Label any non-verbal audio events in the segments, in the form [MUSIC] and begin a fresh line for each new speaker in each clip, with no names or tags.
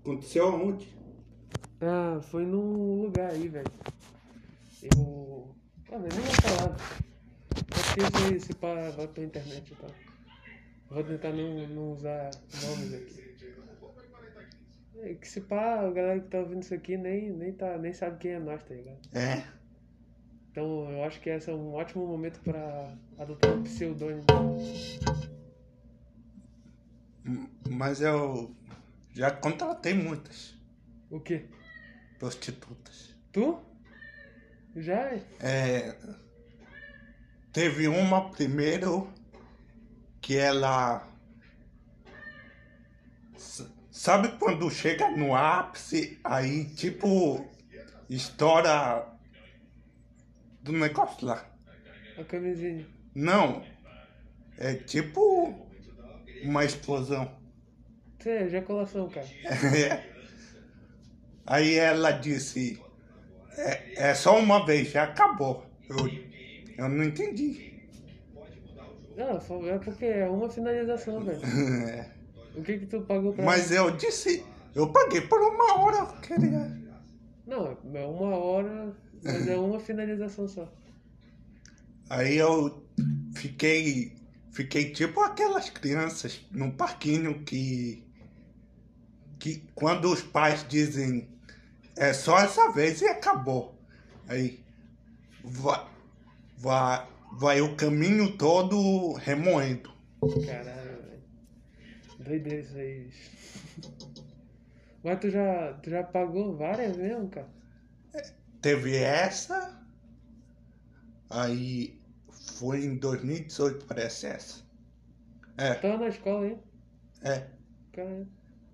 Aconteceu aonde?
Ah, foi num lugar aí, velho. Eu. Ah, velho, nem vou falar. Acho que esse pá vai pra internet e tal. Vou tentar não, não usar nomes aqui. É que se pá, a galera que tá ouvindo isso aqui nem, nem, tá, nem sabe quem é nós, tá ligado?
É.
Então eu acho que esse é um ótimo momento pra adotar um pseudônimo.
M- Mas eu já contratei muitas
O quê?
prostitutas.
Tu? Já?
É, teve uma primeiro que ela. S- Sabe quando chega no ápice, aí tipo estoura do negócio lá.
A camisinha.
Não. É tipo uma explosão.
Isso é ejaculação, cara.
É. Aí ela disse, é, é só uma vez, já acabou. Eu, eu não entendi.
Não, só- é porque é uma finalização, velho. O que que tu pagou pra
Mas eu disse, eu paguei por uma hora, eu queria.
Não, é uma hora, mas é uma finalização só.
Aí eu fiquei. Fiquei tipo aquelas crianças num parquinho que. que quando os pais dizem é só essa vez e acabou. Aí vai, vai, vai o caminho todo remoendo.
Caralho, velho. Doideira isso aí, bicho. Mas tu já, tu já pagou várias mesmo, cara?
Teve essa, aí foi em 2018, parece essa. É,
Tava Tá na escola, hein?
é.
Caralho.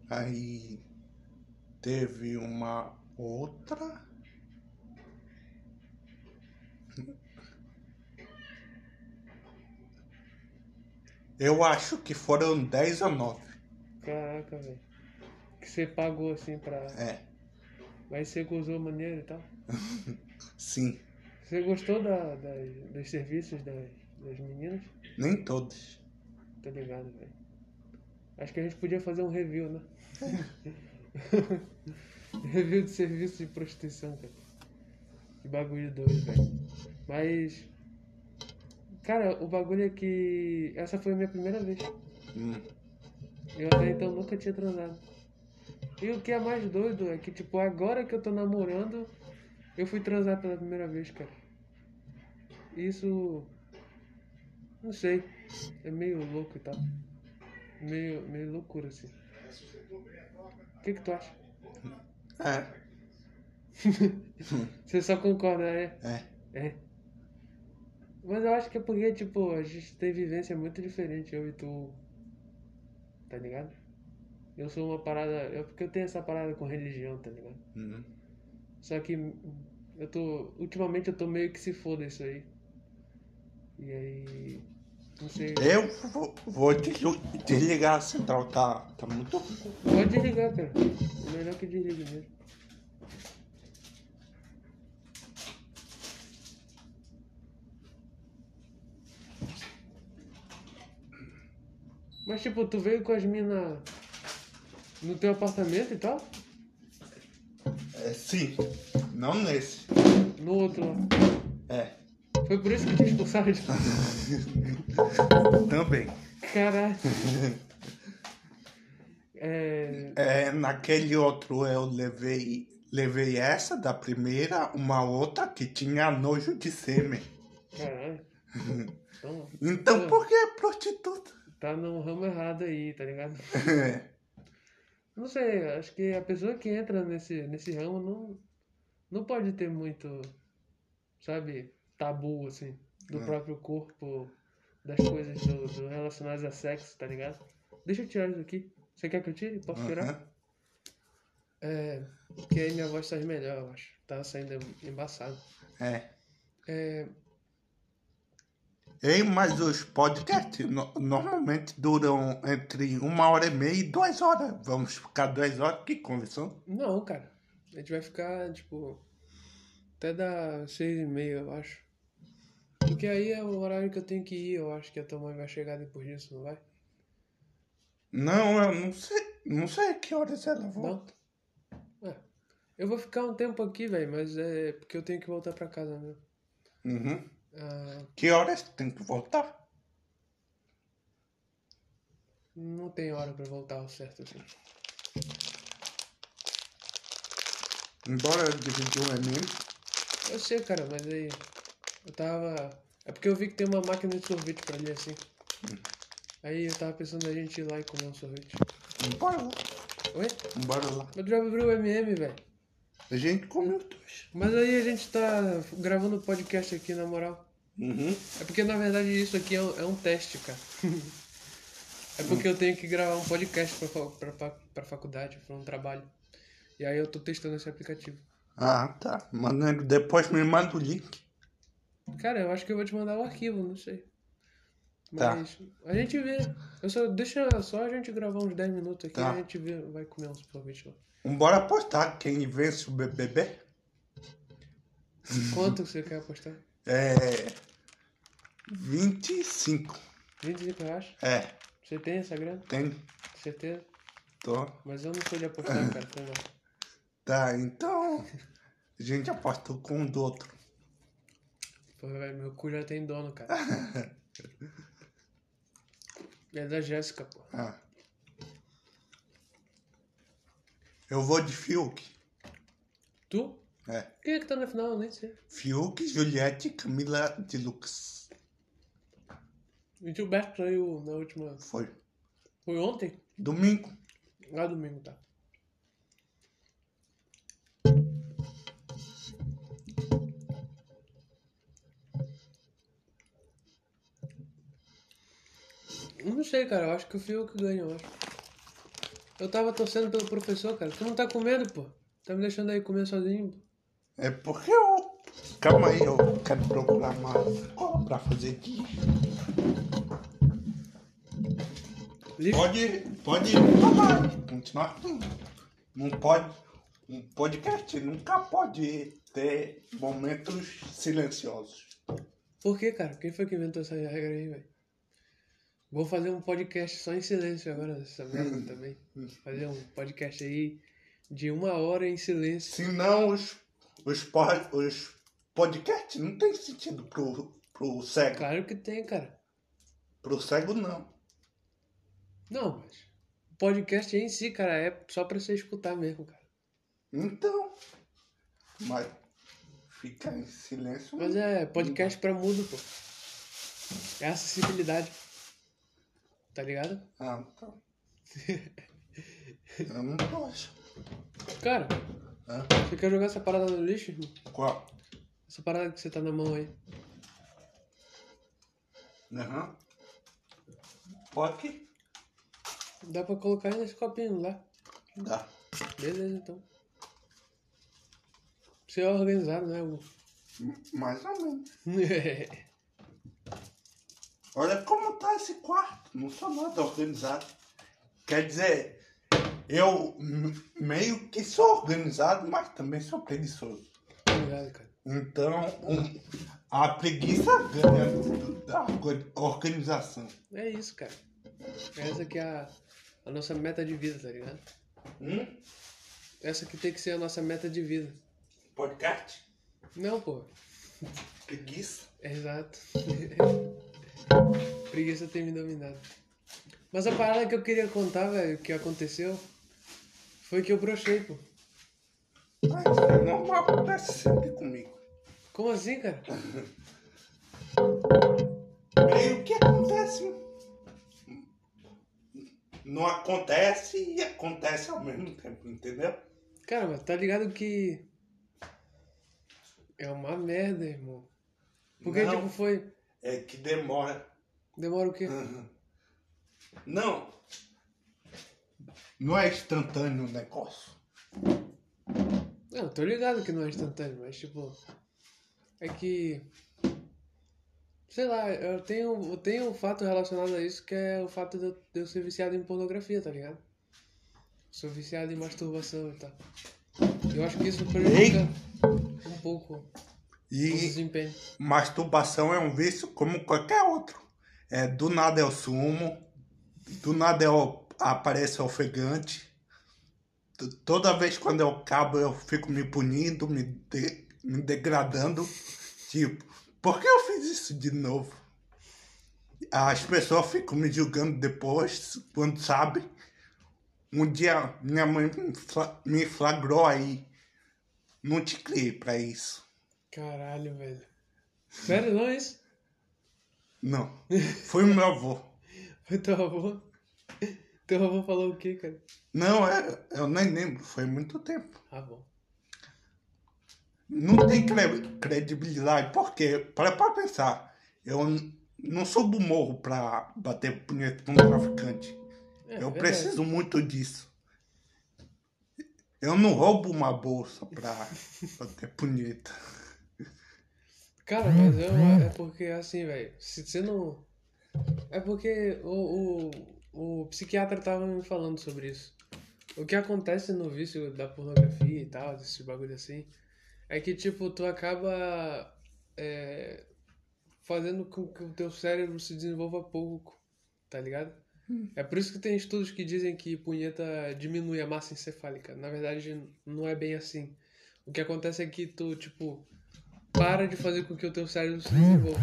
Aí teve uma outra. Eu acho que foram 10 ou 9.
Caraca, velho. Que você pagou assim pra.
É,
Mas você gozou maneiro e tal.
sim.
Você gostou da, das- dos serviços das, das meninas?
Nem todos.
Tá ligado, velho. Acho que a gente podia fazer um review, né? review de serviço de prostituição, cara. Que bagulho doido, velho. Mas. Cara, o bagulho é que. Essa foi a minha primeira vez.
Hum.
Eu até então nunca tinha transado. E o que é mais doido é que, tipo, agora que eu tô namorando, eu fui transar pela primeira vez, cara. Isso. Não sei. É meio louco e tal. Meio, meio loucura, assim. O que, que tu acha?
É,
Você só concorda, né?
é.
É. Mas eu acho que é porque, tipo, a gente tem vivência muito diferente, eu e tu. Tá ligado? Eu sou uma parada. Eu, porque eu tenho essa parada com religião, tá ligado?
Hum.
Só que eu tô. Ultimamente eu tô meio que se foda isso aí. E aí. Não sei.
Eu vou, vou deslu- desligar a central, tá, tá muito.
Pode desligar, cara. É melhor que desligue mesmo. Mas tipo, tu veio com as minas no teu apartamento e tal?
É, sim, não nesse.
No outro lá.
É,
Foi por isso que te expulsaram de lá.
também.
Caralho. É.
É, naquele outro eu levei, levei essa da primeira, uma outra que tinha nojo de sêmen.
Caralho. Então,
Então
Pô.
por que é prostituta?
tá no ramo errado aí, tá ligado? Não sei, acho que a pessoa que entra nesse, nesse ramo não, não pode ter muito, sabe, tabu, assim, do
Não.
próprio corpo, das coisas do, do relacionadas a sexo, tá ligado? Deixa eu tirar isso aqui. Você quer que eu tire? Posso tirar?
Aham.
É, que aí minha voz tá melhor, eu acho. Tá saindo embaçado.
[LAUGHS] É.
É,
Ei, mas os podcasts no- normalmente duram entre uma hora e meia e duas horas. Vamos ficar duas horas que conversando.
não, cara. A gente vai ficar, tipo, até das seis e meia, eu acho. Porque aí é o horário que eu tenho que ir, eu acho que a tua mãe vai chegar depois disso, não vai?
Não, eu não sei. Não sei que horas ela volta.
Não? É. Eu vou ficar um tempo aqui, velho, mas é porque eu tenho que voltar pra casa mesmo.
Uhum.
Ah,
Que horas tu tem que voltar?
não tem hora pra voltar ao certo assim.
Embora eu um dividi o Enem.
Eu sei, cara, mas aí. Eu tava. É porque eu vi que tem uma máquina de sorvete pra ali assim. Aí eu tava pensando a gente ir lá e comer um sorvete.
Bora lá.
Oi?
Bora lá.
Eu já abri o MM, velho.
A gente comeu dois.
Mas aí a gente tá gravando o podcast aqui, na moral.
Uhum.
É porque na verdade isso aqui é um, é um teste, cara. É porque eu tenho que gravar um podcast pra, fa- pra, fa- pra faculdade, pra um trabalho. E aí eu tô testando esse aplicativo.
Ah, tá. Mano, depois me manda o link.
Cara, eu acho que eu vou te mandar o arquivo, não sei.
Tá.
Mas a gente vê. Eu só, deixa só a gente gravar uns 10 minutos aqui
Tá.
e a gente vê, vai comer uns sorvete lá.
Bora apostar quem vence o BBB.
Quanto você quer apostar?
É. 25.
25 reais?
É,
Você tem essa grana?
tem.
Certeza?
Tô.
Mas eu não sou
[LAUGHS]
de apostar, cara. Foi mal.
Tá, então. A gente aposta com o do outro.
Pô, velho, meu cu já tem dono, cara. é da Jéssica, pô.
Ah. Eu vou de Fiuk.
Tu?
É.
Quem é que tá na final? Eu nem sei.
Fiuk, Juliette e Camila de Lux.
E Gilberto saiu na última.
Foi.
Foi ontem?
Domingo.
Lá domingo, tá. Eu Não sei, cara. Eu acho que o Fiuk ganha, eu acho. Eu tava torcendo pelo professor, cara. Tu não tá com medo, pô? Tá me deixando aí comer sozinho, pô.
É porque eu. Calma aí, eu quero procurar uma cola pra fazer aqui.
Lixo.
Pode. Pode falar, continuar. Não pode. Um podcast nunca pode ter momentos silenciosos.
Por que, cara? Quem foi que inventou essa regra aí, velho? Vou fazer um podcast só em silêncio agora, essa
Hum.
merda também. Fazer um podcast aí de uma hora em silêncio.
Senão os, os, por- os podcasts não tem sentido pro, pro cego.
Claro que tem, cara.
Pro cego não.
Não, mas o podcast em si, cara, é só pra você escutar mesmo, cara.
Então. Mas fica em silêncio.
Mas é podcast pra mudo, pô. É acessibilidade. Tá ligado?
Ah, então. Eu não gosto.
Cara,
Hã?
você quer jogar essa parada no lixo, irmão?
Qual?
Essa parada que você tá na mão aí.
Aham. Pode?
Dá pra colocar aí nesse copinho lá.
Dá.
Beleza, então. Você é organizado, né, [LAUGHS] Hugo?
Mais ou menos. Olha como tá esse quarto. Não sou nada organizado. Quer dizer, eu m- meio que sou organizado, mas também sou preguiçoso.
Obrigado, cara.
Então, um- a preguiça ganha do- da orga- organização.
É isso, cara. Essa que é a, a nossa meta de vida, tá ligado?
Hum?
Essa que tem que ser a nossa meta de vida.
Podcast?
Não, pô. É
Preguiça?
Exato. [LAUGHS] Preguiça tem me dominado. Mas a parada que eu queria contar, velho, que aconteceu, foi que eu brochei, pô.
Mas isso é normal, acontece sempre comigo.
Como assim, cara?
Meio que acontece. Não acontece e acontece ao mesmo tempo, entendeu?
Cara, mas tá ligado que. É uma merda, irmão. Porque,
Não.
tipo, foi.
É que demora.
Demora o quê?
Não. Não é instantâneo o negócio.
Não, tô ligado que não é instantâneo, mas tipo. É que. Sei lá, eu tenho, eu tenho um fato relacionado a isso que é o fato de eu, de eu ser viciado em pornografia, tá ligado? Sou viciado em masturbação e tal. Eu acho que isso prejudica um pouco o
E
desempenho.
masturbação é um vício como qualquer outro. É, do nada é o sumo, do nada é o, aparece ofegante, t- toda vez quando eu cabo, eu fico me punindo, me, de- me degradando. Tipo, por que eu fiz isso de novo? As pessoas ficam me julgando depois, quando sabe. Um dia minha mãe me fla- me flagrou aí. Não te criei pra isso.
Caralho, velho. Sério, não é isso?
Não. Foi o meu avô.
Foi [LAUGHS] teu avô? Teu avô falou o quê, cara?
Não, é- eu nem lembro. Foi muito tempo.
Ah, bom.
não tem cre- credibilidade, porque, para pra pensar, eu n- não subo o morro pra bater punheta pra um traficante.
É,
eu
verdade.
preciso muito disso. Eu não roubo uma bolsa
[LAUGHS]
pra bater punheta.
Cara, mas eu, é porque assim, velho. Se você não. É porque o, o, o psiquiatra tava me falando sobre isso. O que acontece no vício da pornografia e tal, desse bagulho assim, é que, tipo, tu acaba é, fazendo com que o teu cérebro se desenvolva pouco, tá ligado? É por isso que tem estudos que dizem que punheta diminui a massa encefálica. Na verdade, não é bem assim. O que acontece é que tu, tipo, para de fazer com que o teu cérebro se desenvolva,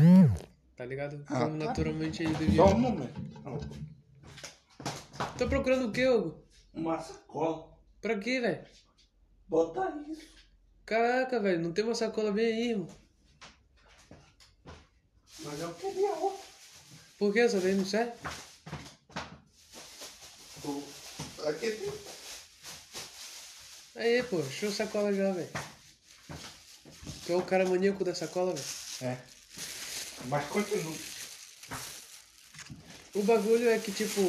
tá ligado?
Ah,
Como
tá.
naturalmente ele devia.
Só um momento.
Tá procurando o quê, Hugo?
Uma sacola.
Pra quê, velho?
Bota isso.
Caraca, velho, não tem uma sacola bem aí, irmão.
Mas eu queria outra.
Por que essa daí não serve?
Aqui tem.
Aí, pô, show sacola já, velho. Tu é o cara maníaco da sacola, velho.
É. Mas continua.
O bagulho é que, tipo,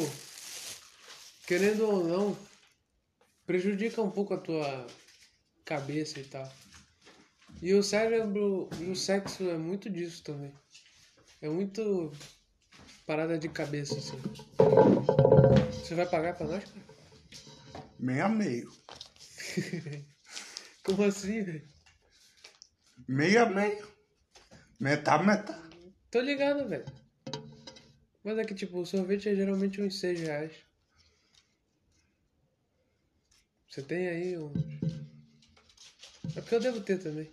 querendo ou não, prejudica um pouco a tua cabeça e tal. E o cérebro e o sexo é muito disso também. É muito parada de cabeça, assim. Você vai pagar pra nós, [LAUGHS] cara?
Meio a meio.
Como assim, velho?
Meio a meio. Metá, metá.
Tô ligado, velho. Mas é que, tipo, o sorvete é geralmente uns 6 reais. Você tem aí um. É porque eu devo ter também.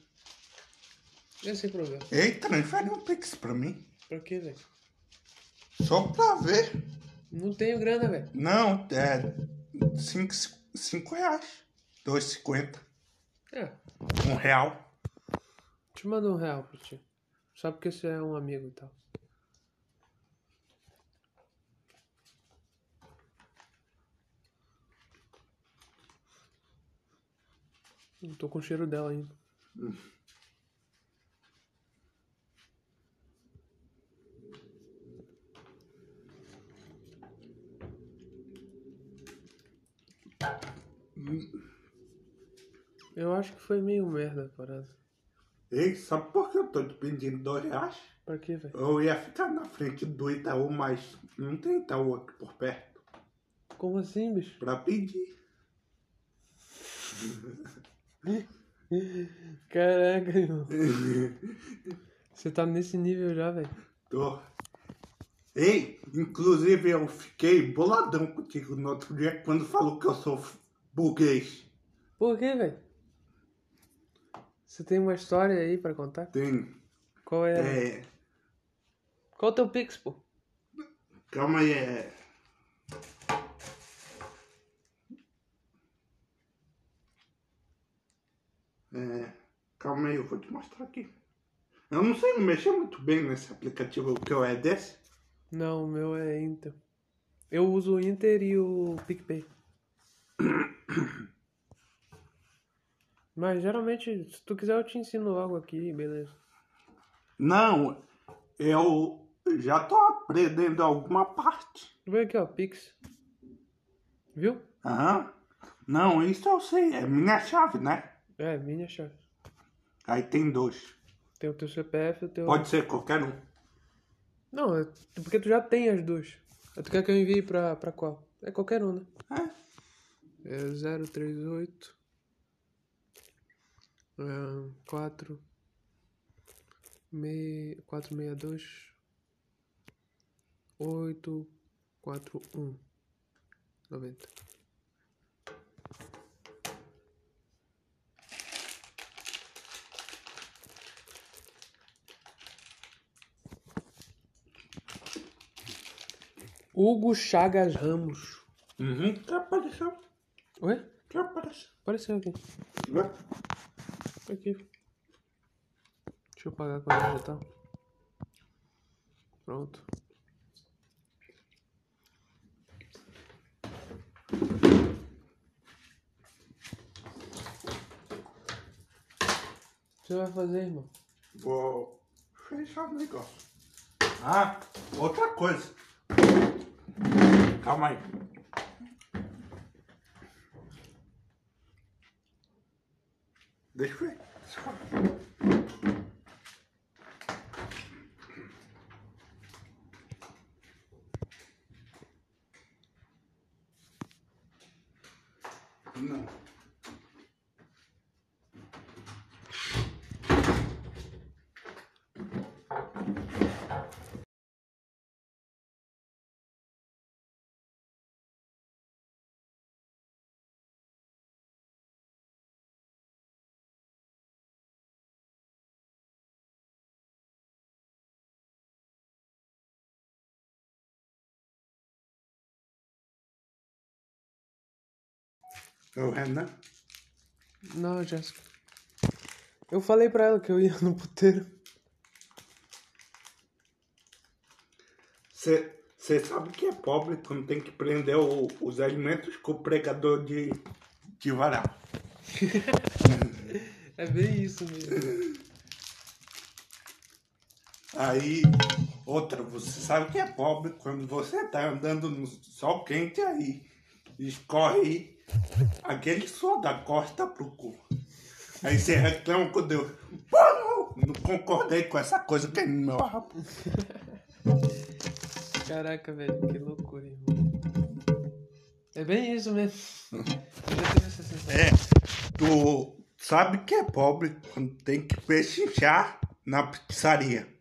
É sem problema.
Ei, transfere um pix pra mim.
Pra quê, velho?
Só pra ver.
Não tenho grana, velho.
Não, é 5 reais. 2,50.
É,
Um real.
te mando um real pra ti. Só porque você é um amigo e tal. Não tô com o cheiro dela ainda. Eu acho que foi meio merda a parada.
Ei, sabe por que eu tô te pedindo 2 reais?
Pra quê, velho?
Eu ia ficar na frente do Itaú, mas não tem Itaú aqui por perto
Como assim, bicho?
pra pedir.
Caraca, irmão. Você tá nesse nível já, velho.
Tô. Ei, inclusive eu fiquei boladão contigo no outro dia quando falou que eu sou f- burguês.
Por quê, velho? Você tem uma história aí pra contar?
Tem.
Qual é?
É.
Qual é o teu pix, pô?
Calma aí, é. É, Calma aí, eu vou te mostrar aqui. Eu não sei mexer muito bem nesse aplicativo que eu é desse.
Não, o meu é Inter. Eu uso o Inter e o PicPay. Mas geralmente, se tu quiser, eu te ensino algo aqui, beleza.
Não, eu já tô aprendendo alguma parte.
Vem aqui, ó, Pix. Viu?
Aham. Não, isso eu sei, é minha chave, né?
É, minha chave.
Aí tem dois.
Tem o teu CPF e o teu.
Pode ser qualquer um.
Não, é porque tu já tem as duas. Aí Tu quer que eu envie pra, pra qual? É qualquer um, né?
É.
É 038 é, 4 mei- 462 841 90 Hugo Chagas Ramos.
Uhum. Já apareceu.
Oi?
Já apareceu.
Apareceu aqui.
Vai.
Tá aqui. Deixa eu pagar com a digital. Pronto. O que você vai fazer, irmão?
Vou fechar o negócio. Ah, outra coisa. Calma aí. Deixa eu ver. Não. É o Renan?
Não, Jéssica. Eu falei pra ela que eu ia [LAUGHS] no puteiro.
Você sabe que é pobre quando tem que prender o- os alimentos com o pregador de, de varal.
É bem isso mesmo.
Aí, outra, você sabe que é pobre quando você tá andando no sol quente aí escorre aquele sol da costa pro cu. Aí você reclama com Deus. Pô, não, não concordei com essa coisa que é no meu rabo.
Caraca, velho, que loucura, irmão. É bem isso mesmo. [LAUGHS] Eu já tive essa sensação.
É, tu sabe que é pobre quando tem que pechinchar na pizzaria.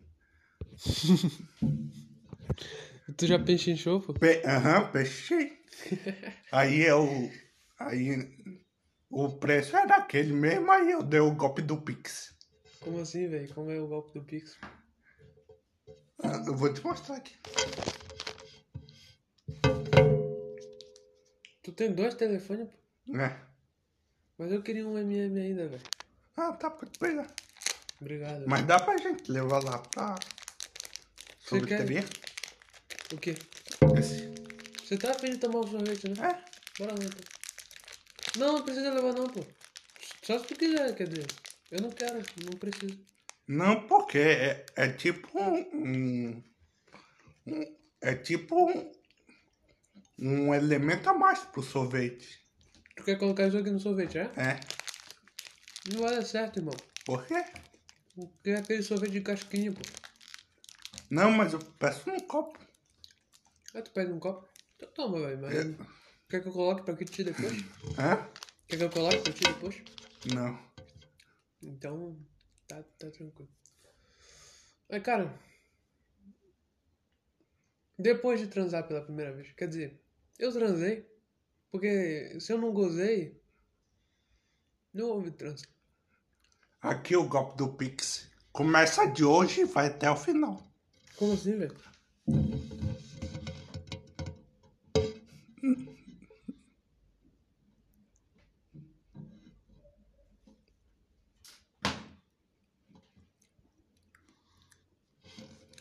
Tu já pechinchou, pô?
Pe Aham, peixe. Aí eu. Aí o preço era aquele mesmo, aí eu dei o golpe do Pix.
Como assim, velho? Como é o golpe do Pix?
Ah, Eu vou te mostrar aqui.
Tu tem dois telefones, pô?
né
Mas eu queria um MM ainda, velho.
Ah, tá pode pegar.
Obrigado.
Mas dá pra gente levar lá pra.
Você quer?
Sorveteria?
O quê?
Esse.
Você tá afim de tomar um sorvete, né?
É.
Bora lá, então. Não, não precisa levar não, pô. Só se tu quiser, quer dizer. Eu não quero, não preciso.
Não, porque é, é tipo um, um- um- É tipo um. Um elemento a mais pro sorvete.
Tu quer colocar isso aqui no sorvete, é?
É.
Não vai dar certo, irmão.
Por quê?
Porque é aquele sorvete de casquinha, pô.
Não, mas eu peço um copo.
Aí tu pega um copo. Então toma, velho. Mas...
Eu-
Quer que eu coloque pra que ti depois?
Hã?
Quer que eu coloque pra ti depois?
Não.
Então, tá, tá tranquilo. Mas, cara, depois de transar pela primeira vez, quer dizer, eu transei, porque se eu não gozei, não houve transa.
Aqui o golpe do Pix. Começa de hoje e vai até o final.
Como assim, velho?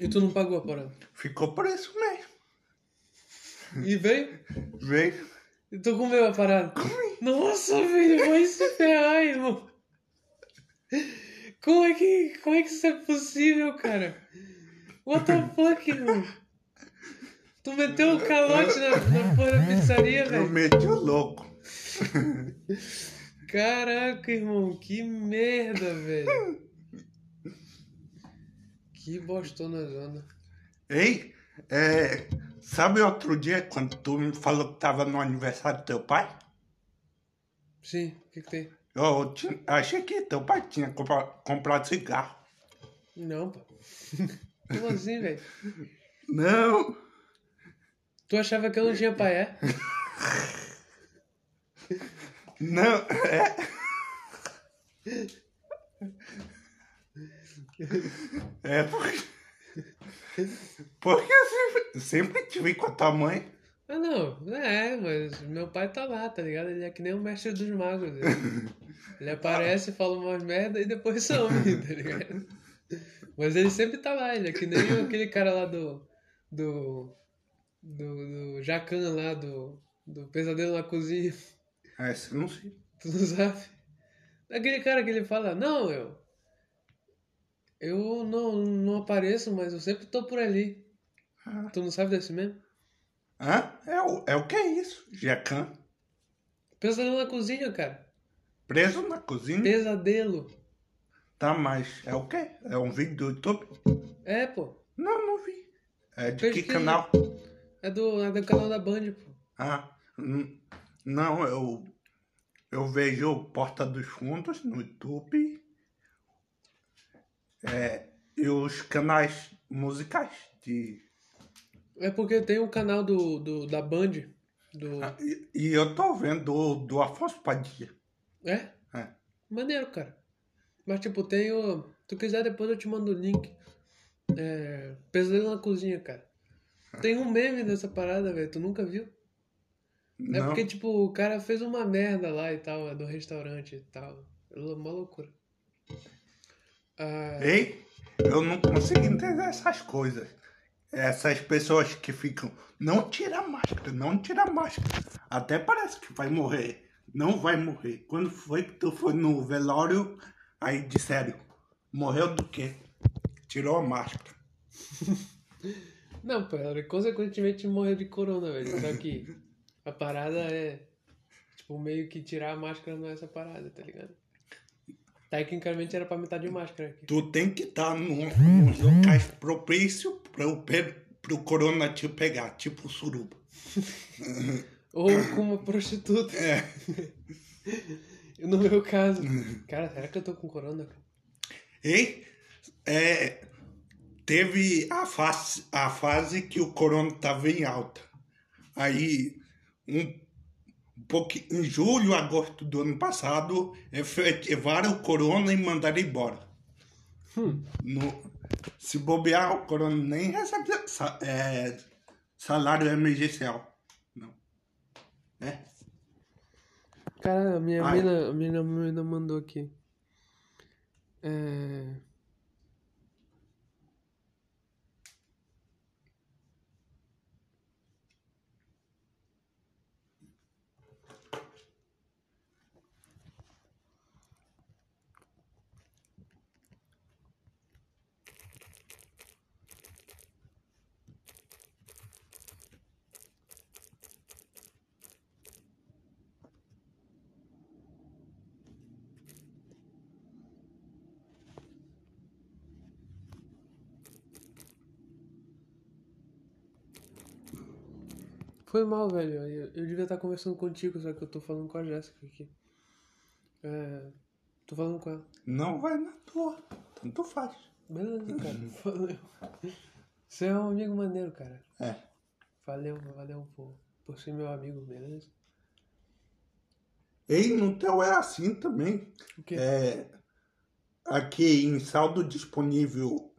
E tu não pagou a parada?
Ficou por isso mesmo.
E veio?
Veio.
E tu comeu a parada? Nossa, velho, vai se ferrar, irmão. Como é que, como é que isso é possível, cara? What the fuck, irmão? Tu meteu o calote na, na porra da pizzaria,
Eu
velho?
meti o louco.
Caraca, irmão, que merda, velho. Que bostona zona.
Ei, é, sabe outro dia quando tu me falou que tava no aniversário do teu pai?
Sim, o que que tem?
Eu ti- achei que teu pai tinha compra- comprado cigarro.
Não, pô. Como assim, velho?
Não,
Tu achava que eu não tinha pai, é?
não, é. É porque, Porque eu sempre, sempre tive com a tua mãe.
Ah, não, é, mas meu pai tá lá, tá ligado? Ele é que nem o mestre dos magos. Ele, ele aparece, fala umas merda e depois some, tá ligado? Mas ele sempre tá lá, ele é que nem aquele cara lá do. do. do, do Jacan lá, do. do Pesadelo na Cozinha. [LAUGHS]
Ah, essa eu não sei.
Tu não sabe? Aquele cara que ele fala, não, eu. Eu não, não apareço, mas eu sempre tô por ali.
Ah.
Tu não sabe desse mesmo?
Hã? É o, é o que é isso? Jacan?
Pesadelo na cozinha, cara.
Preso na cozinha?
Pesadelo.
Tá, mas é o que? É um vídeo do YouTube?
É, pô.
Não, não vi. É de que
Pesquisa.
canal?
É do, é do canal da Band, pô.
Ah, hum, não, eu, eu vejo o Porta dos Fundos no YouTube é, e os canais musicais de.
É porque tem um canal do, do da Band. Do...
Ah, e, e eu tô vendo o do Afonso Padilha.
É?
É.
Maneiro, cara. Mas, tipo, tem o. Se tu quiser, depois eu te mando o link. É. Pesadelo na cozinha, cara.
Ah.
Tem um meme dessa parada, velho. Tu nunca viu? É
Não,
porque, tipo, o cara fez uma merda lá e tal, é do restaurante e tal. É lou- Uma loucura. Ah,
Ei, eu não consigo entender essas coisas. Essas pessoas que ficam, não tira a máscara, não tira a máscara. Até parece que vai morrer. Não vai morrer. Quando foi que tu foi no velório, aí disseram, morreu do quê? Tirou a máscara.
Não, pô, ela consequentemente morreu de corona, velho. Só que a parada é. Tipo, meio que tirar a máscara não é essa parada, tá ligado? Tecnicamente era pra metade de máscara aqui.
Tu tem que estar num, nos locais propícios para o pe- pro corona te pegar, tipo suruba.
Ou com uma prostituta. [LAUGHS]
É.
No meu caso. Cara, será que eu tô com corona? cara?
Hein? É, teve a fase, a fase que o corona estava em alta. Aí, um, pouco, em julho, agosto do ano passado, efetivaram o corona e mandaram embora.
Hum.
No- se bobear, o corona nem recebe sa- é, salário emergencial. Não. É.
Cara, a minha
Ai.
mina, a minha mina mandou aqui. É... Foi mal, velho. Eu, eu devia estar conversando contigo, só que eu tô falando com a Jéssica aqui. É... Tô falando com ela.
Não vai na tua. Tanto faz.
Beleza,
Uhum.
cara. [LAUGHS] Valeu. Você é um amigo maneiro, cara.
É.
Valeu, valeu por, por ser meu amigo, beleza?
Ei, no teu é assim também.
O quê?
É, aqui em saldo disponível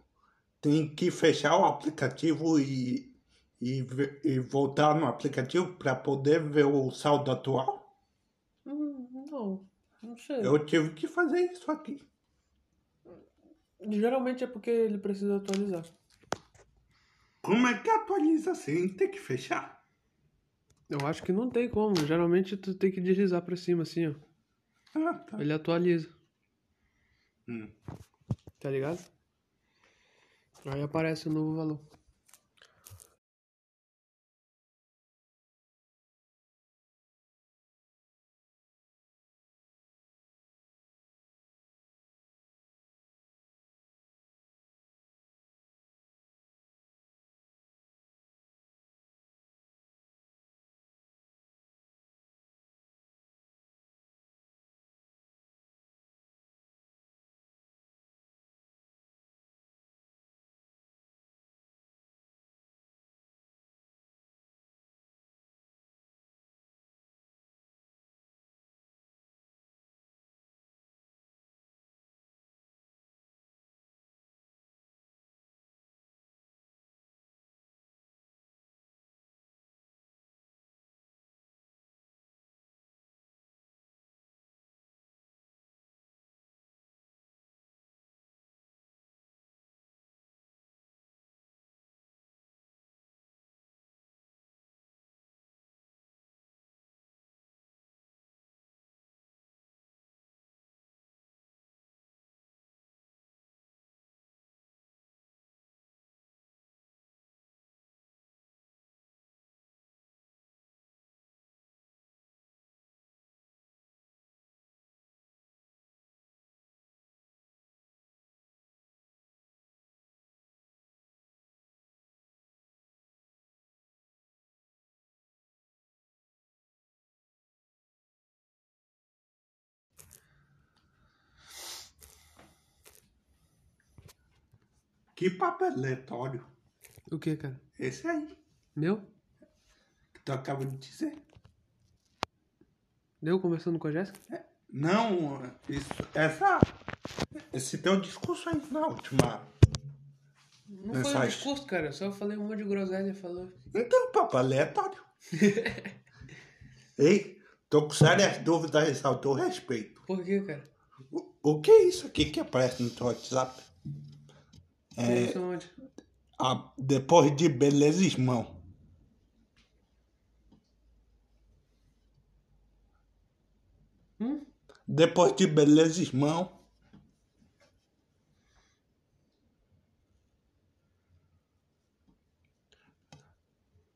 tem que fechar o aplicativo e, e, ve- e voltar no aplicativo para poder ver o saldo atual.
Hum, não, não sei.
Eu tive que fazer isso aqui.
Geralmente é porque ele precisa atualizar.
Como é que atualiza assim? Tem que fechar?
Eu acho que não tem como. Geralmente tu tem que deslizar pra cima, assim, ó.
Ah, tá.
Ele atualiza.
Hum.
Tá ligado? Aí aparece o novo valor.
Que papo aleatório.
O que, cara?
Esse aí
Meu?
que tu acaba de dizer.
Deu conversando com a Jéssica?
Não, isso, essa, esse teu discurso aí na última.
Não foi um
Mensagem.
discurso, cara. Eu só falei um monte de groselha. Falou.
Então, papo aleatório. Ei, tô com sérias dúvidas ao teu respeito.
Por quê, cara?
O, o que é isso aqui que aparece no teu WhatsApp? É,
Isso onde?
a- depois de beleza, irmão.
Hum?
Depois de beleza, irmão.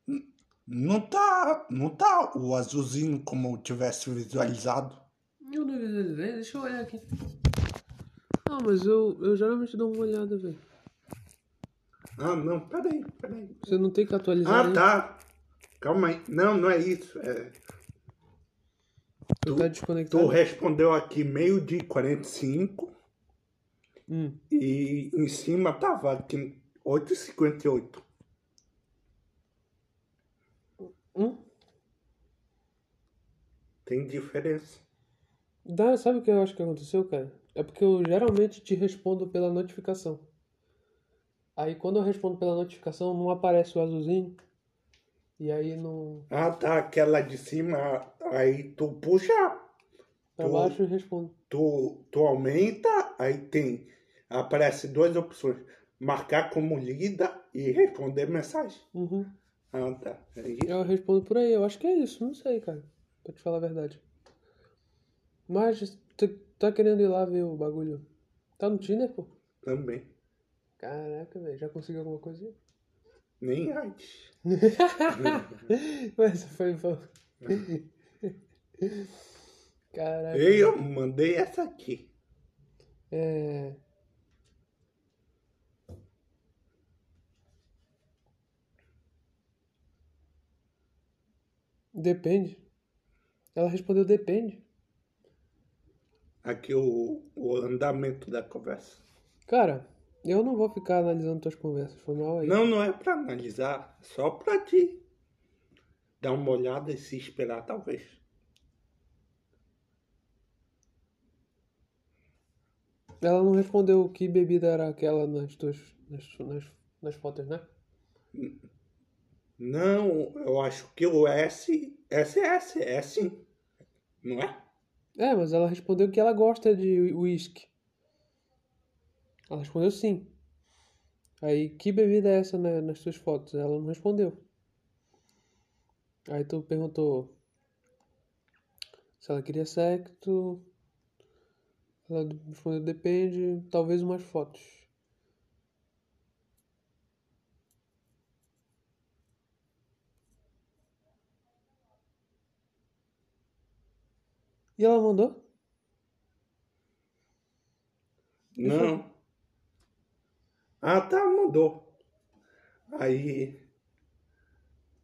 N- Não tá, não tá o azulzinho como eu tivesse visualizado.
Eu não visualizei. Deixa eu olhar aqui. Não, mas eu, eu geralmente dou uma olhada, velho.
Ah, não, peraí, peraí.
Você não tem que atualizar.
Ah,
né?
tá. Calma aí. Não, não é isso. É,
Tu tá desconectado.
tu respondeu aqui meio de 45
Hum.
e em cima tá tava aqui 8h58.
Hum?
Tem diferença.
Dá, sabe o que eu acho que aconteceu, cara? É porque eu geralmente te respondo pela notificação. Aí quando eu respondo pela notificação, não aparece o azulzinho. E aí não.
Ah, tá. Aquela de cima, aí tu puxa
Pra
Pô.
baixo e respondo.
tu, tu aumenta, aí tem aparece duas opções: marcar como lida e responder mensagem.
Uhum.
Ah, tá. Aí,
Eu respondo por aí. Eu acho que é isso. Não sei, cara. Pra te falar a verdade. Mas tu tá querendo ir lá ver o bagulho? Tá no Tinder, pô?
também.
Caraca, velho. Já conseguiu alguma coisinha?
Nem antes.
[LAUGHS] Mas foi bom. Caraca.
Ei, eu mandei essa aqui.
É. Depende. Ela respondeu depende.
Aqui o, o andamento da conversa.
Cara, eu não vou ficar analisando tuas conversas, foi mal aí.
Não, não é pra analisar, é só pra te dar uma olhada e se esperar, talvez.
Ela não respondeu que bebida era aquela nas tuas nas, nas, nas fotos, né?
Não, eu acho que o S. S é S, é sim. Não é?
É, mas ela respondeu que ela gosta de uísque. Ela respondeu sim. Aí, que bebida é essa na- nas suas fotos? Ela não respondeu. Aí tu perguntou se ela queria sexo. Ela respondeu depende, talvez umas fotos. E ela mandou?
Não. Ah, tá, mandou. Aí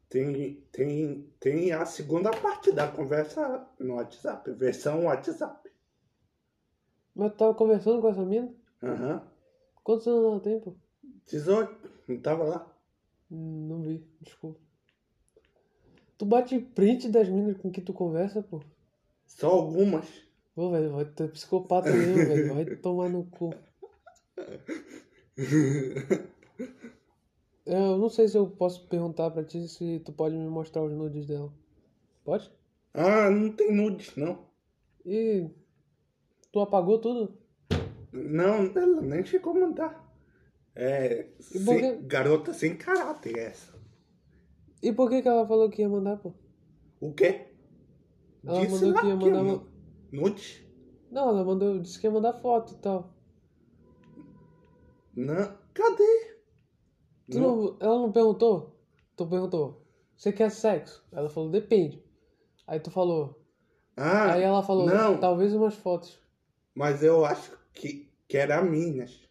tem, tem, tem a segunda parte da conversa no WhatsApp, versão WhatsApp.
Mas tu tava conversando com essa mina?
Aham.
Quantos anos ela tem, pô?
18, não tava lá.
Hum, Não vi, desculpa. Tu bate print das minas com que tu conversa, pô?
Só algumas.
Pô, velho, vai ter psicopata mesmo, velho. Vai tomar no cu. É, Eu não sei se eu posso perguntar pra ti se tu pode me mostrar os nudes dela. Pode?
Ah, não tem nudes, não.
E tu apagou tudo?
Não, ela nem chegou a mandar. É,
E
sem-
por quê?
garota sem caráter é essa.
E por que que ela falou que ia mandar, pô?
O quê?
Ela mandou que ia mandar
nu-
uma-
nudes?
Não, ela mandou, disse que ia mandar foto e tal.
Não, cadê?
Tu não- ela não perguntou? Tu perguntou, você quer sexo? Ela falou, depende. Aí tu falou,
Ah,
aí ela falou,
não.
talvez umas fotos.
Mas eu acho que, que era Minas.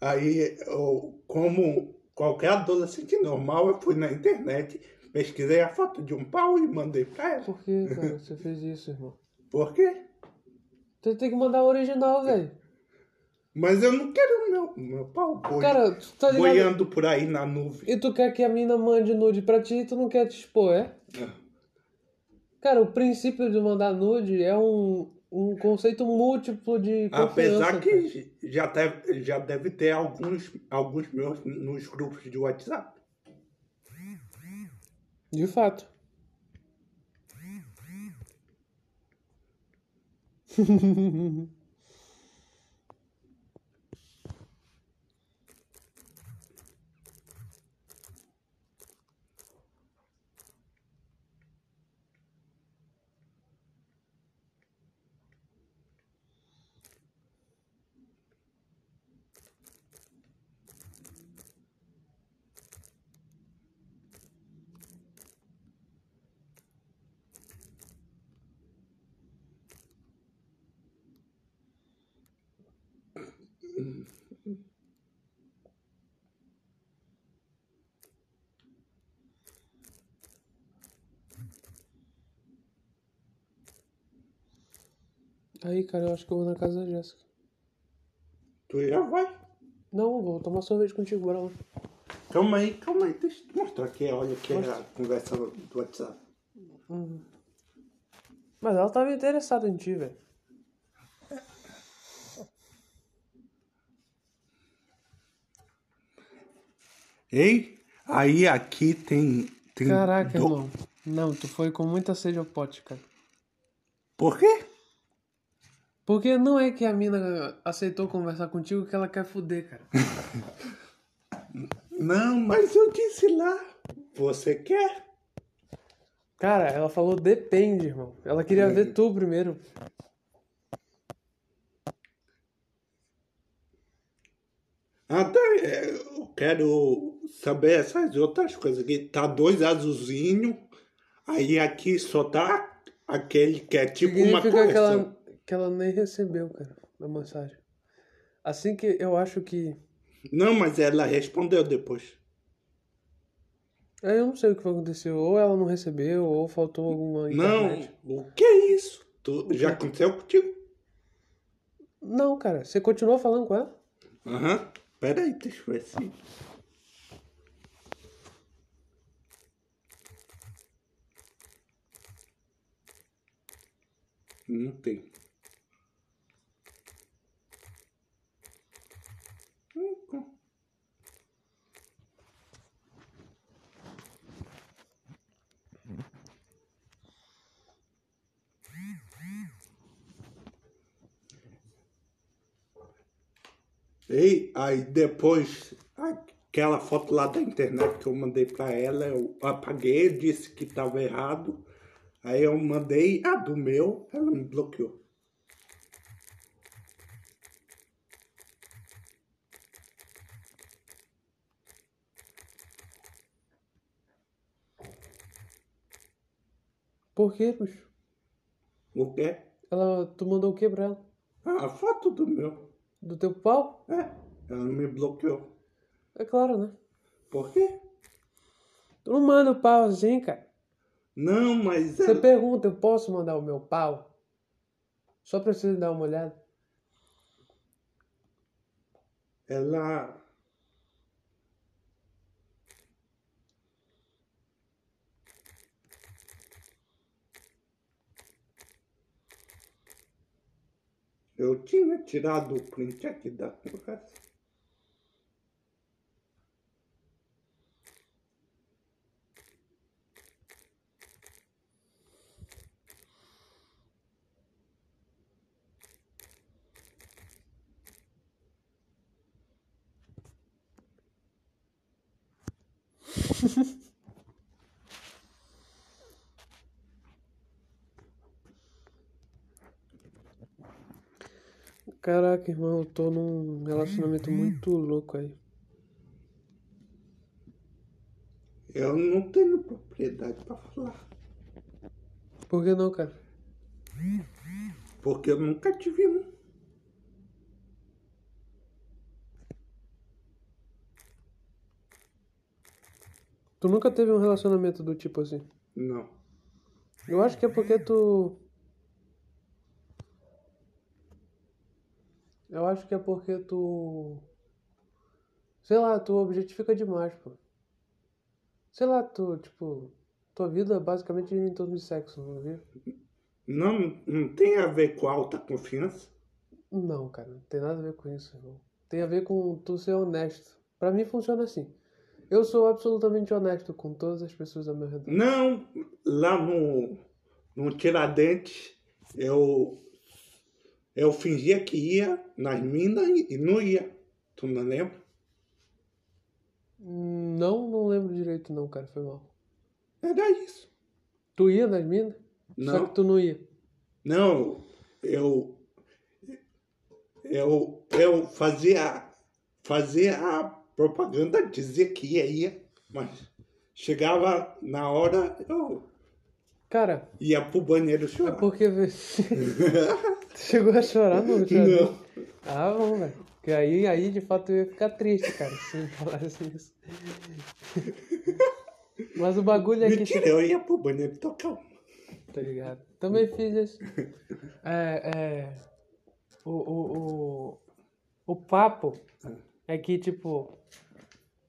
Aí, eu, como qualquer adolescente normal, eu fui na internet, pesquisei a foto de um pau e mandei pra ela.
Por que, cara, você fez isso, irmão?
Por quê?
Tu tem que mandar o original, velho.
Mas eu não quero meu, meu pau boi,
Cara, tu tá ligado?
boiando por aí na nuvem.
E tu quer que a mina mande nude pra ti e tu não quer te expor, é? Cara, o princípio de mandar nude é um, um conceito múltiplo de confiança.
Ah, Apesar que já deve, já deve ter alguns, alguns meus nos grupos de WhatsApp.
De fato. Aí, cara, eu acho que eu vou na casa da Jéssica.
Tu já vai.
Não, eu vou tomar sorvete contigo, bora lá.
Calma aí, calma aí. Deixa eu te mostrar aqui. Olha aqui a conversa do WhatsApp.
Mas ela tava interessada em ti, velho.
Ei, aí aqui tem... tem
Caraca,
do-
irmão. Não, tu foi com muita sede ao pote, cara.
Por quê?
Porque não é que a mina aceitou conversar contigo que ela quer fuder, cara.
Não, mas eu disse lá. Você quer?
Cara, ela falou depende, irmão. Ela queria ver tu primeiro.
Até é, eu quero saber essas outras coisas aqui. Tá dois azulzinhos, aí aqui só tá aquele que é tipo uma
Significa que
coleção.
ela, que ela nem recebeu, cara, a mensagem. Assim que eu acho que.
Não, mas ela respondeu depois.
Aí é, Eu não sei o que aconteceu. Ou ela não recebeu, ou faltou alguma
Não,
internet.
o que é isso? Tu- já aconteceu contigo?
Não, cara. Você continuou falando com ela?
Aham. Peraí, deixa eu ver assim. se. Não tem. Ei, aí depois, aquela foto lá da internet que eu mandei pra ela, eu apaguei, disse que tava errado. Aí eu mandei a do meu, ela me bloqueou.
Por quê, bicho?
O quê?
Ela, tu mandou o que pra ela?
Ah, a foto do meu.
Do teu pau?
É, ela me bloqueou.
É claro, né?
Por quê?
Tu não manda o pau assim, cara.
Não, mas
Você
ela...
pergunta, eu posso mandar o meu pau? Só pra você dar uma olhada.
ela... Eu tinha tirado o print aqui da conversa.
Caraca, irmão, eu tô num relacionamento muito louco aí.
Eu não tenho propriedade para falar,
Por que não, cara?
porque eu nunca tive um.
Tu nunca teve um relacionamento do tipo assim.
Não.
Eu acho que é porque tu. Eu acho que é porque tu. Sei lá, tu objetifica demais, pô. Sei lá, tu, tipo. Tua vida basicamente gira em torno de sexo, não viu?
Não, não tem a ver com alta confiança.
Não, cara, não tem nada a ver com isso, irmão. Tem a ver com tu ser honesto. Pra mim funciona assim. Eu sou absolutamente honesto com todas as pessoas ao meu redor.
Não, lá no, no Tiradentes, eu, eu fingia que ia nas minas e e não ia. Tu não lembra?
Não, não lembro direito, não, cara, foi mal.
Era isso.
Tu ia nas minas? Só
Não.
que tu não ia.
Não, eu. Eu, eu fazia, fazia a propaganda, dizia que ia, ia, mas chegava na hora, eu
Cara,
ia pro banheiro
é
chorar.
porque.
[LAUGHS]
tu chegou a chorar no Tiradentes?
Não.
Ah, bom, velho. Porque aí, aí, de fato, eu ia ficar triste, cara, se me falasse
[LAUGHS]
isso. Mas o bagulho é que.
Mentira, eu ia pro banheiro tocar. uma.
Tá ligado? Também fiz isso. É, é. O, o, o, o papo é que, tipo.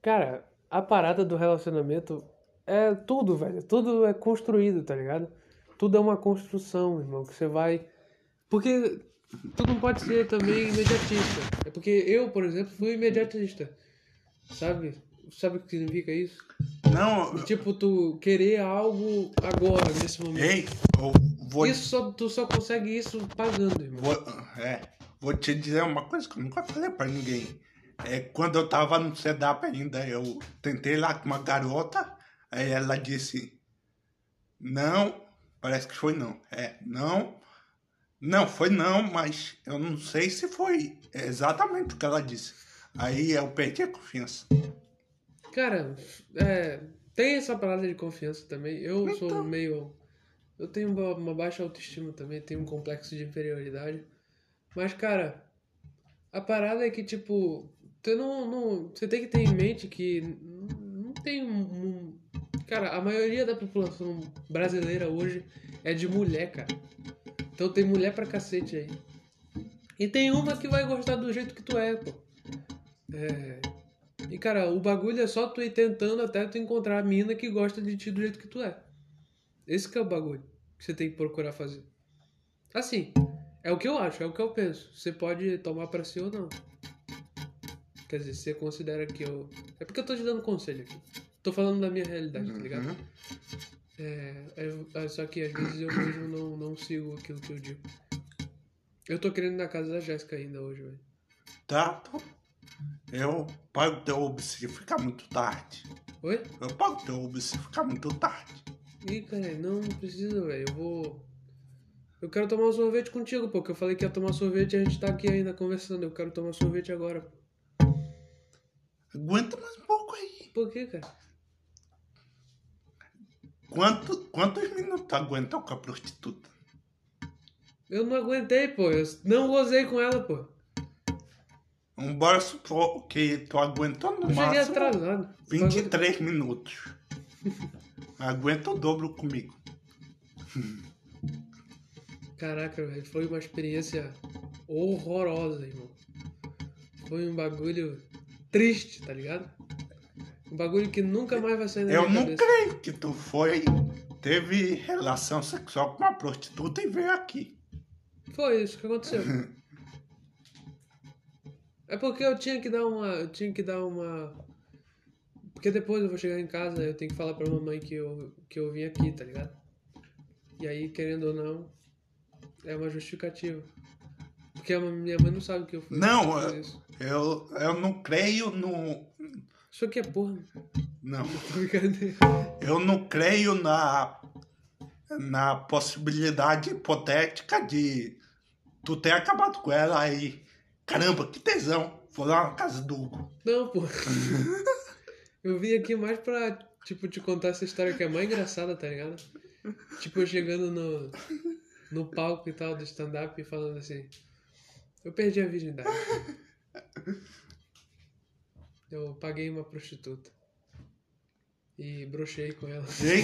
Cara, a parada do relacionamento é tudo, velho. Tudo é construído, tá ligado? Tudo é uma construção, irmão, que você vai. Porque tu não pode ser também imediatista. É porque eu, por exemplo, fui imediatista. Sabe? Sabe o que significa isso?
Não,
Tipo, tu querer algo agora, nesse momento.
ei, eu vou,
Isso só, tu só consegue isso pagando, irmão.
vou, é, vou te dizer uma coisa que eu nunca falei pra ninguém. É, quando eu tava no SEDAP ainda, eu tentei lá com uma garota, aí ela disse, não, parece que foi não. É, não, não, foi não, mas eu não sei se foi exatamente o que ela disse. Aí eu perdi a confiança.
Cara, é, tem essa parada de confiança também. Eu sou
Então.
meio. Eu tenho uma, uma baixa autoestima também, tenho um complexo de inferioridade. Mas, cara, a parada é que, tipo, tu não. não você tem que ter em mente que n- não tem um. um- cara, a maioria da população brasileira hoje é de mulher, cara. Então tem mulher pra cacete aí. E tem uma que vai gostar do jeito que tu é, pô. É. E cara, o bagulho é só tu ir tentando até tu encontrar a mina que gosta de ti do jeito que tu é. Esse que é o bagulho que você tem que procurar fazer. Assim, é o que eu acho, é o que eu penso. Você pode tomar pra si ou não. Quer dizer, você considera que eu. É porque eu tô te dando conselho aqui. Tô falando da minha realidade, tá ligado?
Uhum.
É, eu- ah, só que às vezes eu mesmo não, não sigo aquilo que eu digo. Eu tô querendo ir na casa da Jéssica ainda hoje, velho.
Tá, tô- eu pago teu Uber se ficar muito tarde.
Oi?
Eu pago teu Uber se ficar muito tarde.
Ih, cara, não não precisa, velho. Eu vou. Eu quero tomar um sorvete contigo, pô. Que eu falei que ia tomar sorvete e a gente tá aqui ainda conversando. Eu quero tomar sorvete agora. pô.
Aguenta mais um pouco aí.
Por quê, cara?
Quanto, quantos minutos aguenta com a prostituta?
Eu não aguentei, pô. Eu não gozei com ela, pô.
Embora supor que tu aguentou no
Eu cheguei
máximo
atrasado.
23 minutos. aguenta o dobro comigo.
Caraca, velho. Foi uma experiência horrorosa, irmão. Foi um bagulho triste, tá ligado? Um bagulho que nunca mais vai sair da
Eu
minha
não
cabeça.
creio que tu foi, teve relação sexual com uma prostituta e veio aqui.
Foi isso que aconteceu. é porque eu tinha que dar uma. Eu tinha que dar uma. Porque depois eu vou chegar em casa eu tenho que falar pra mamãe que eu, que eu vim aqui, tá ligado? E aí, querendo ou não, é uma justificativa. Porque a minha mãe não sabe que eu fui.
Não,
eu fiz
eu,
isso.
eu, eu não creio no.
Isso aqui é porra, [LAUGHS] mano.
Não.
Tô brincadeira.
Eu não creio na, na possibilidade hipotética de tu ter acabado com ela aí. Caramba, que tesão. Vou lá na casa do Hugo.
Não, pô. [LAUGHS] Eu vim aqui mais pra, tipo, te contar essa história que é mais engraçada, tá ligado? Tipo, eu chegando no, no palco e tal do stand-up e falando assim: Eu perdi a virgindade. Eu paguei uma prostituta. E brochei com ela.
Ei,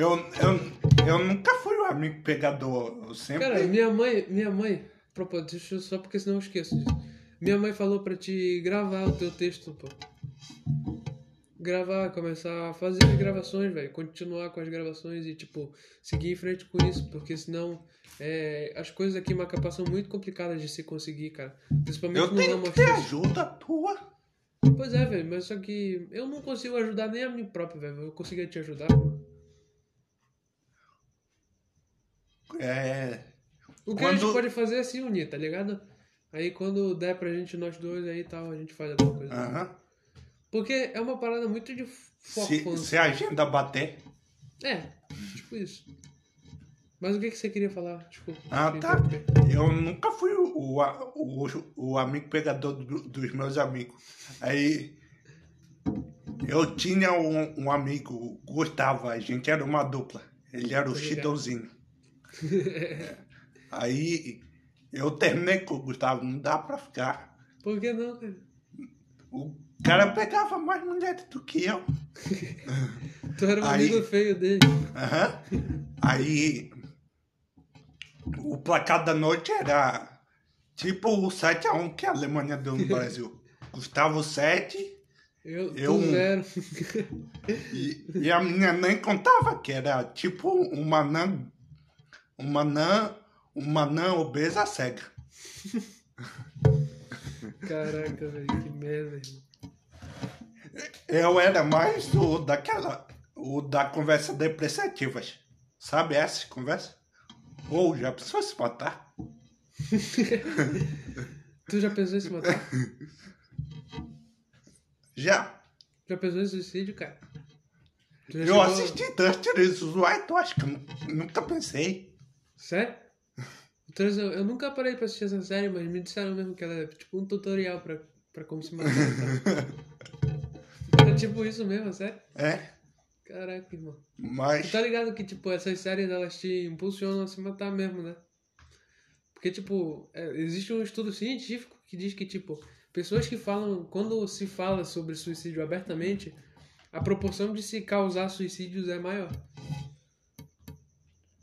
Eu, eu, eu nunca fui um amigo pegador. Eu sempre.
Cara, minha mãe, minha mãe, propósito, deixa eu- só porque senão eu esqueço disso. Minha mãe falou pra te gravar o teu texto, pô. Gravar, começar a fazer as gravações, velho. Continuar com as gravações e, tipo, seguir em frente com isso, porque senão é, as coisas aqui em Macapá são muito complicadas de se conseguir, cara. Principalmente
Eu
no
tenho
ramo
que ter
artístico.
ajuda tua.
Pois é, velho, mas só que eu não consigo ajudar nem a mim próprio, velho. Eu conseguia te ajudar.
É.
O que a
Quando-
gente pode fazer é se unir, tá ligado? Aí quando der pra gente, nós dois aí e tal, a gente faz alguma coisa.
aham.
Porque é uma parada muito de foco.
Se,
quando-
se a agenda bater.
É, tipo isso. Mas o que, que você queria falar? Desculpa.
Ah,
te
tá.
interromper.
Eu nunca fui o, o, a- o, o amigo pegador do- dos meus amigos. Aí eu tinha um, um amigo, o Gustavo, a gente era uma dupla. Ele era o
Tô ligado. [LAUGHS]
Chidãozinho. Aí eu terminei com o Gustavo, não dá pra ficar.
Por que não, né? cara?
O cara pegava mais mulheres do que eu.
Tu era um
Aí-
amigo feio dele.
Aham. Aí o placar da noite era tipo o 7x1 que a Alemanha deu no Brasil. Gustavo 7
Eu,
Eu- um.
tu um- zero.
e, e a minha nem contava que era tipo uma anã, uma anã, uma anã obesa cega.
[LAUGHS] Caraca, velho, que merda, irmão.
Eu era mais o daquela, o da conversa depreciativas. Sabe essa conversa? Ou já pensou se matar?
Tu já pensou em se matar?
Já.
Já pensou em suicídio, cara? Tu já
Eu
chegou-
assisti Duster is White, eu acho que eu nunca pensei.
Sério? Então, eu, eu nunca parei pra assistir essa série, mas me disseram mesmo que ela é tipo um tutorial pra, pra como se matar. tá? Era tipo isso mesmo, é sério?
É,
Caraca, irmão. Tu
mas
tá ligado que, tipo, essas séries elas te impulsionam a se matar mesmo, né? Porque, tipo, é, existe um estudo científico que diz que, tipo, pessoas que falam, quando se fala sobre suicídio abertamente, a proporção de se causar suicídios é maior.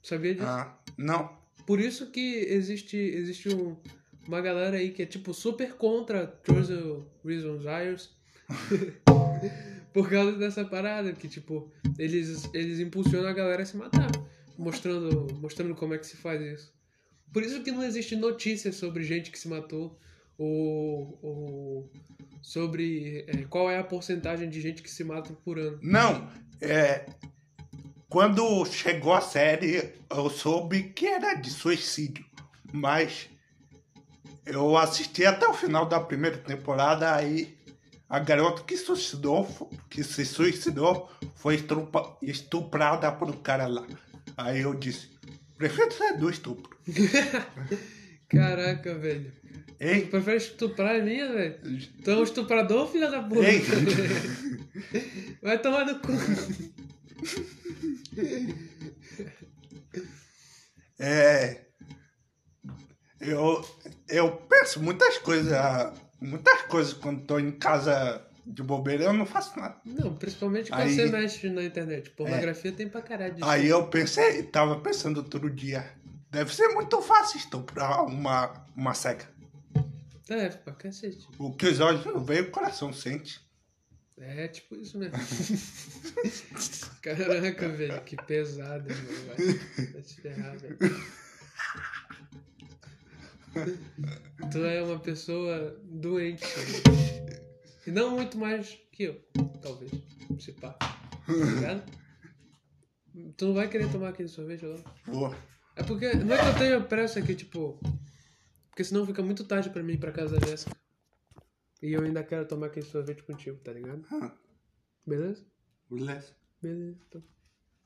Sabia disso?
ah, não.
Por isso que existe, existe um- uma galera aí que é tipo super contra Chosen Reasons Hires. [LAUGHS] Por causa dessa parada, que tipo, eles, eles impulsionam a galera a se matar, mostrando, mostrando como é que se faz isso. Por isso que não existe notícia sobre gente que se matou, ou, ou sobre é, qual é a porcentagem de gente que se mata por ano.
Não, é, quando chegou a série, eu soube que era de suicídio, mas eu assisti até o final da primeira temporada, aí a garota que, suicidou, fo- que se suicidou foi estrupa- estuprada por um cara lá. Aí eu disse, prefiro ser do estupro.
Caraca, velho.
Hein?
Tu prefere estuprar a minha, velho? Tu é um estuprador, filha da puta?
Ei.
Vai tomar no cu. [LAUGHS]
É. Eu, eu penso muitas coisas, ah, muitas coisas quando tô em casa de bobeira, eu não faço nada.
Não, principalmente quando
Aí- É.
você mexe na internet. Pornografia tem pra caralho disso.
Aí eu pensei, tava pensando outro dia, deve ser muito fácil estuprar uma, uma cega.
É, pra cacete.
O que os olhos não veem, o coração sente.
É tipo isso mesmo. [LAUGHS] Caraca, velho, que pesado, mano. Vai, vai se ferrar, velho. Tu é uma pessoa doente. velho. E não muito mais que eu, talvez. Se pá. Tá ligado? Tu não vai querer tomar aquele sorvete agora?
Pô,
É porque. Não é que eu tenha pressa aqui, tipo. Porque senão fica muito tarde pra mim ir pra casa da Jéssica. E eu ainda quero tomar aquele sorvete contigo, tá ligado?
Ah.
Beleza?
beleza.
Beleza. então.